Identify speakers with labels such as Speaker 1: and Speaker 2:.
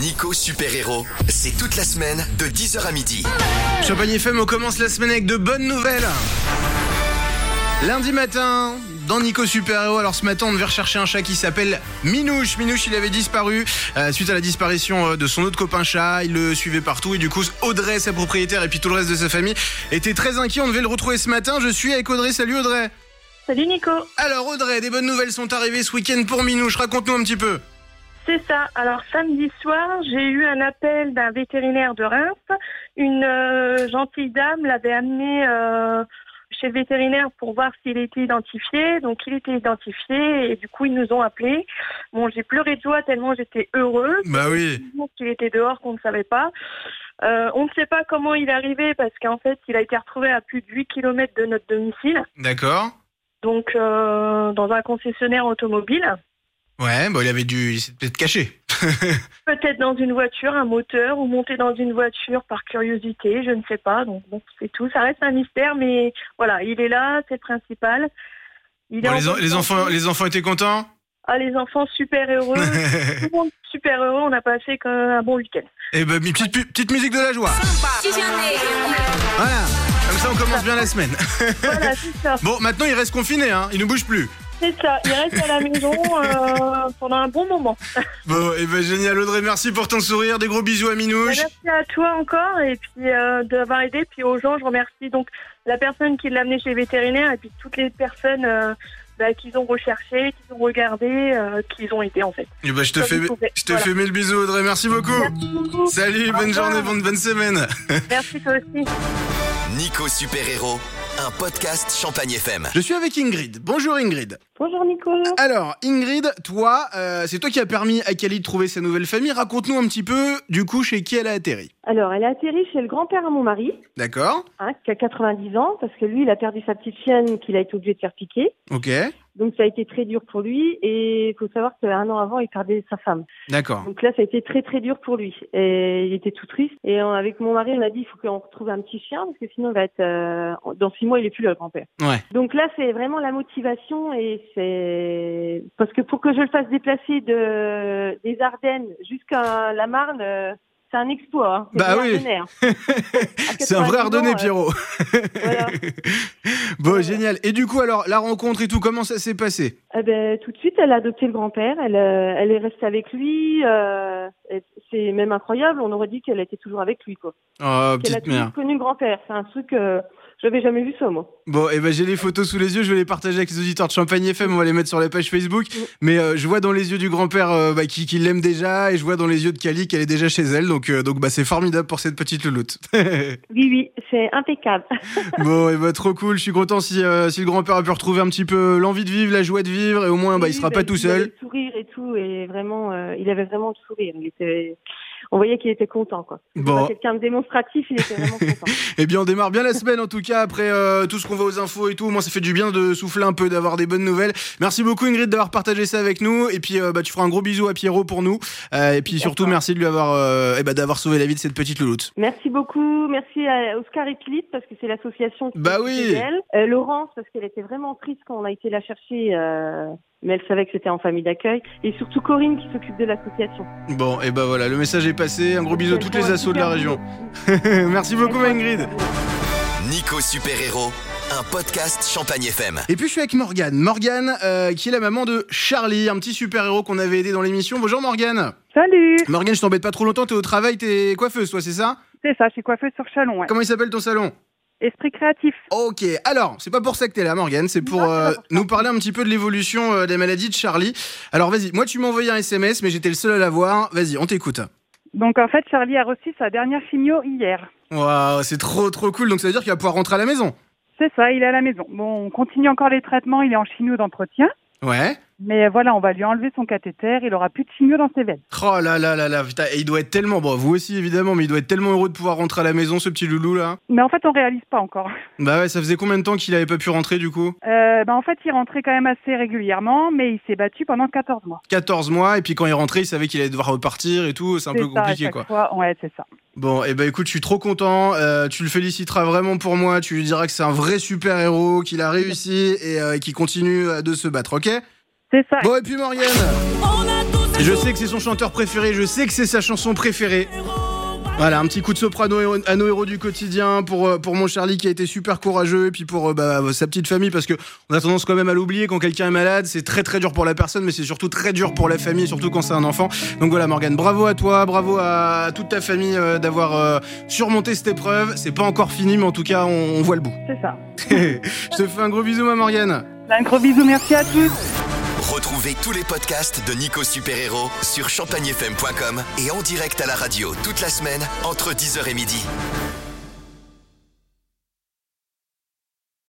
Speaker 1: Nico Super Héros, c'est toute la semaine de 10h à midi.
Speaker 2: Champagne FM, on commence la semaine avec de bonnes nouvelles. Lundi matin, dans Nico Super Héros, alors ce matin, on devait rechercher un chat qui s'appelle Minouche. Minouche, il avait disparu euh, suite à la disparition euh, de son autre copain chat. Il le suivait partout et du coup, Audrey, sa propriétaire et puis tout le reste de sa famille était très inquiet. On devait le retrouver ce matin. Je suis avec Audrey. Salut Audrey.
Speaker 3: Salut Nico,
Speaker 2: Alors Audrey, des bonnes nouvelles sont arrivées ce week-end pour Minouche. Raconte-nous un petit peu.
Speaker 3: c'est ça. Alors samedi soir, j'ai eu un appel d'un vétérinaire de Reims. Une euh, gentille dame l'avait amené euh, chez le vétérinaire pour voir s'il était identifié. Donc il était identifié et du coup ils nous ont appelés. Bon, j'ai pleuré de joie tellement j'étais heureuse.
Speaker 2: Bah oui.
Speaker 3: Donc, qu'il était dehors qu'on ne savait pas. Euh, on ne sait pas comment il est arrivé parce qu'en fait il a été retrouvé à plus de 8 km de notre domicile,
Speaker 2: D'accord.
Speaker 3: donc euh, dans un concessionnaire automobile.
Speaker 2: Ouais, bah il avait dû. Il s'est peut-être caché.
Speaker 3: Peut-être dans une voiture, un moteur, ou monter dans une voiture par curiosité, je ne sais pas. Donc bon, c'est tout. Ça reste un mystère, mais voilà, il est là, c'est le principal. Il
Speaker 2: Bon,
Speaker 3: est en
Speaker 2: les, en-
Speaker 3: bonne
Speaker 2: les
Speaker 3: santé.
Speaker 2: enfants, les enfants étaient contents
Speaker 3: Ah, les enfants super heureux, tout le monde super heureux. On a passé qu'un- un bon week-end.
Speaker 2: Eh ben, mi- petite, pu- petite musique de la joie. Voilà. Comme ça, on commence bien la semaine.
Speaker 3: Voilà, c'est ça.
Speaker 2: Bon, maintenant, il reste confiné, hein. Il ne bouge plus.
Speaker 3: C'est ça. Il reste à la maison euh, pendant un bon moment.
Speaker 2: Bon, eh ben, génial, Audrey. Merci pour ton sourire. Des gros bisous à Minouche.
Speaker 3: Merci à toi encore et puis euh, d'avoir aidé. Puis aux gens, je remercie donc la personne qui l'a amené chez le vétérinaire et puis toutes les personnes euh, bah, qu'ils ont recherchées, qu'ils ont regardées, euh, qu'ils ont aidé en fait.
Speaker 2: Eh ben, je te
Speaker 3: Comme
Speaker 2: fais,
Speaker 3: vous pouvez.
Speaker 2: je te
Speaker 3: Voilà.
Speaker 2: fais mille bisous, Audrey. Merci beaucoup.
Speaker 3: Merci beaucoup.
Speaker 2: Salut, bonne
Speaker 3: revoir.
Speaker 2: journée, bonne, bonne semaine.
Speaker 3: Merci toi aussi.
Speaker 1: Nico Super Héros, un podcast Champagne FM.
Speaker 2: Je suis avec Ingrid. Bonjour, Ingrid.
Speaker 3: Bonjour Nico.
Speaker 2: Alors, Ingrid, toi, euh, c'est toi qui as permis à Kali de trouver sa nouvelle famille. Raconte-nous un petit peu, du coup, chez qui elle a atterri.
Speaker 4: Alors, elle a atterri chez le grand-père à mon mari,
Speaker 2: D'accord
Speaker 4: hein, qui a 90 ans, parce que lui, il a perdu sa petite chienne qu'il a été obligé de faire piquer.
Speaker 2: Ok.
Speaker 4: Donc, ça a été très dur pour lui. Et il faut savoir qu'un an avant, il perdait sa femme.
Speaker 2: D'accord.
Speaker 4: Donc là, ça a été très, très dur pour lui. Et il était tout triste. Et on- avec mon mari, on a dit, il faut qu'on retrouve un petit chien, parce que sinon, il va être... euh, dans six mois, il est plus là, le grand-père.
Speaker 2: Ouais.
Speaker 4: Donc là, c'est vraiment la motivation. Et c'est... Parce que pour que je le fasse déplacer de... des Ardennes jusqu'à la Marne... euh, c'est un exploit. hein. C'est
Speaker 2: Bah
Speaker 4: des
Speaker 2: oui.
Speaker 4: Ardennaires. À
Speaker 2: C'est un vrai
Speaker 4: 90 ans,
Speaker 2: Ardennais,
Speaker 4: euh,
Speaker 2: Pierrot.
Speaker 4: voilà.
Speaker 2: Bon,
Speaker 3: euh,
Speaker 4: Ouais.
Speaker 2: génial. Et du coup, alors, la rencontre et tout, comment ça s'est passé
Speaker 4: Eh ben, tout de suite, elle a adopté le grand-père. Elle, euh, elle est restée avec lui. euh, et c'est même incroyable. On aurait dit qu'elle était toujours avec lui, quoi.
Speaker 2: Oh,
Speaker 4: Qu'elle a
Speaker 2: petite
Speaker 4: toujours
Speaker 2: mère.
Speaker 4: connu le grand-père. C'est un truc que j'avais jamais vu ça, moi.
Speaker 2: Bon, eh ben, j'ai les photos sous les yeux, je vais les partager avec les auditeurs de Champagne FM, on va les mettre sur la page Facebook.
Speaker 4: Mm.
Speaker 2: Mais euh, je vois dans les yeux du grand-père euh, bah, qui, qui l'aime déjà, et je vois dans les yeux de Cali qu'elle est déjà chez elle, donc, euh, donc bah, c'est formidable pour cette petite louloute.
Speaker 4: Oui, oui, c'est impeccable.
Speaker 2: bon, et bah, trop cool, je suis content si, euh, si le grand-père a pu retrouver un petit peu l'envie de vivre, la joie de vivre, et au moins bah, il
Speaker 4: Oui,
Speaker 2: sera pas tout
Speaker 4: il avait
Speaker 2: seul.
Speaker 4: Le sourire et tout, et vraiment, euh, il avait vraiment le sourire. Il était, on voyait qu'il était content, quoi. Pas
Speaker 2: Bon,
Speaker 4: Quelqu'un de démonstratif, il était vraiment content.
Speaker 2: eh bien on démarre bien la semaine en tout cas, après euh, tout ce qu'on voit aux infos et tout, au moins ça fait du bien de souffler un peu, d'avoir des bonnes nouvelles. Merci beaucoup Ingrid d'avoir partagé ça avec nous, et puis euh, bah, tu feras un gros bisou à Pierrot pour nous, Euh, et puis surtout merci de lui avoir, euh, eh bah, d'avoir sauvé la vie de cette petite louloute.
Speaker 4: Merci beaucoup. Merci à Oscar et Philippe parce que c'est l'association. qui
Speaker 2: Bah
Speaker 4: s'occupe
Speaker 2: oui.
Speaker 4: d'elle. Euh, Laurence parce qu'elle était vraiment triste quand on a été la chercher, euh, mais elle savait que c'était en famille d'accueil. Et surtout Corinne qui s'occupe de l'association.
Speaker 2: Bon, et bah voilà, le message est passé, un gros bisou à toutes les assos de la région. merci beaucoup Ingrid.
Speaker 1: Nico Super Héros, un podcast Champagne FM.
Speaker 2: Et puis je suis avec Morgane. Morgane, euh, qui est la maman de Charlie, un petit super-héros qu'on avait aidé dans l'émission. Bonjour Morgane.
Speaker 5: Salut
Speaker 2: Morgane, je t'embête pas trop longtemps, t'es au travail, t'es coiffeuse, toi, c'est ça
Speaker 5: C'est ça, je suis coiffeuse sur Chalon. ouais.
Speaker 2: Comment il s'appelle ton salon
Speaker 5: Esprit créatif.
Speaker 2: Ok, alors, c'est pas pour ça que t'es là, Morgane, c'est pour
Speaker 5: Non, c'est pas
Speaker 2: euh,
Speaker 5: pour ça.
Speaker 2: nous parler un petit peu de l'évolution euh, des maladies de Charlie. Alors vas-y, moi tu m'as envoyé un SMS, mais j'étais le seul à l'avoir. Vas-y, on t'écoute.
Speaker 5: Donc en fait, Charlie a reçu sa dernière chimio hier.
Speaker 2: Waouh, c'est trop trop cool, donc ça veut dire qu'il va pouvoir rentrer à la maison.
Speaker 5: C'est ça, il est à la maison. Bon, on continue encore les traitements, il est en chimio d'entretien.
Speaker 2: Ouais.
Speaker 5: Mais voilà, on va lui enlever son cathéter, il aura plus de chimio dans ses veines.
Speaker 2: Oh là là là là, putain, et il doit être tellement, bon, vous aussi évidemment, mais il doit être tellement heureux de pouvoir rentrer à la maison, ce petit loulou là.
Speaker 5: Mais en fait, on réalise pas encore.
Speaker 2: Bah ouais, ça faisait combien de temps qu'il avait pas pu rentrer du coup
Speaker 5: Euh, ben, en fait, il rentrait quand même assez régulièrement, mais il s'est battu pendant 14 mois.
Speaker 2: 14 mois, et puis quand il rentrait, il savait qu'il allait devoir repartir et tout, c'est un peu
Speaker 5: ça, à
Speaker 2: compliqué
Speaker 5: chaque
Speaker 2: quoi.
Speaker 5: fois. Ouais, c'est ça.
Speaker 2: Bon, et bah écoute, je suis trop content, euh, tu le féliciteras vraiment pour moi, tu lui diras que c'est un vrai super héros, qu'il a réussi et euh, qu'il continue euh, de se battre, ok
Speaker 5: C'est ça.
Speaker 2: Bon, et puis Morgane
Speaker 6: On a tous
Speaker 2: Je sais que c'est son chanteur préféré, je sais que c'est sa chanson préférée. Voilà, un petit coup de soprano héro- à nos héros du quotidien pour, euh, pour mon Charlie qui a été super courageux et puis pour euh, bah, sa petite famille parce que on a tendance quand même à l'oublier quand quelqu'un est malade, c'est très très dur pour la personne mais c'est surtout très dur pour la famille, surtout quand c'est un enfant. Donc voilà Morgane, bravo à toi, bravo à toute ta famille euh, d'avoir euh, surmonté cette épreuve. C'est pas encore fini mais en tout cas on, on voit le bout.
Speaker 5: C'est ça.
Speaker 2: Je te fais un gros bisou ma Morgane.
Speaker 5: Un gros bisou, merci à tous.
Speaker 1: Retrouvez tous les podcasts de Nico Super Héros sur champagnefm.com et en direct à la radio toute la semaine entre 10h et midi.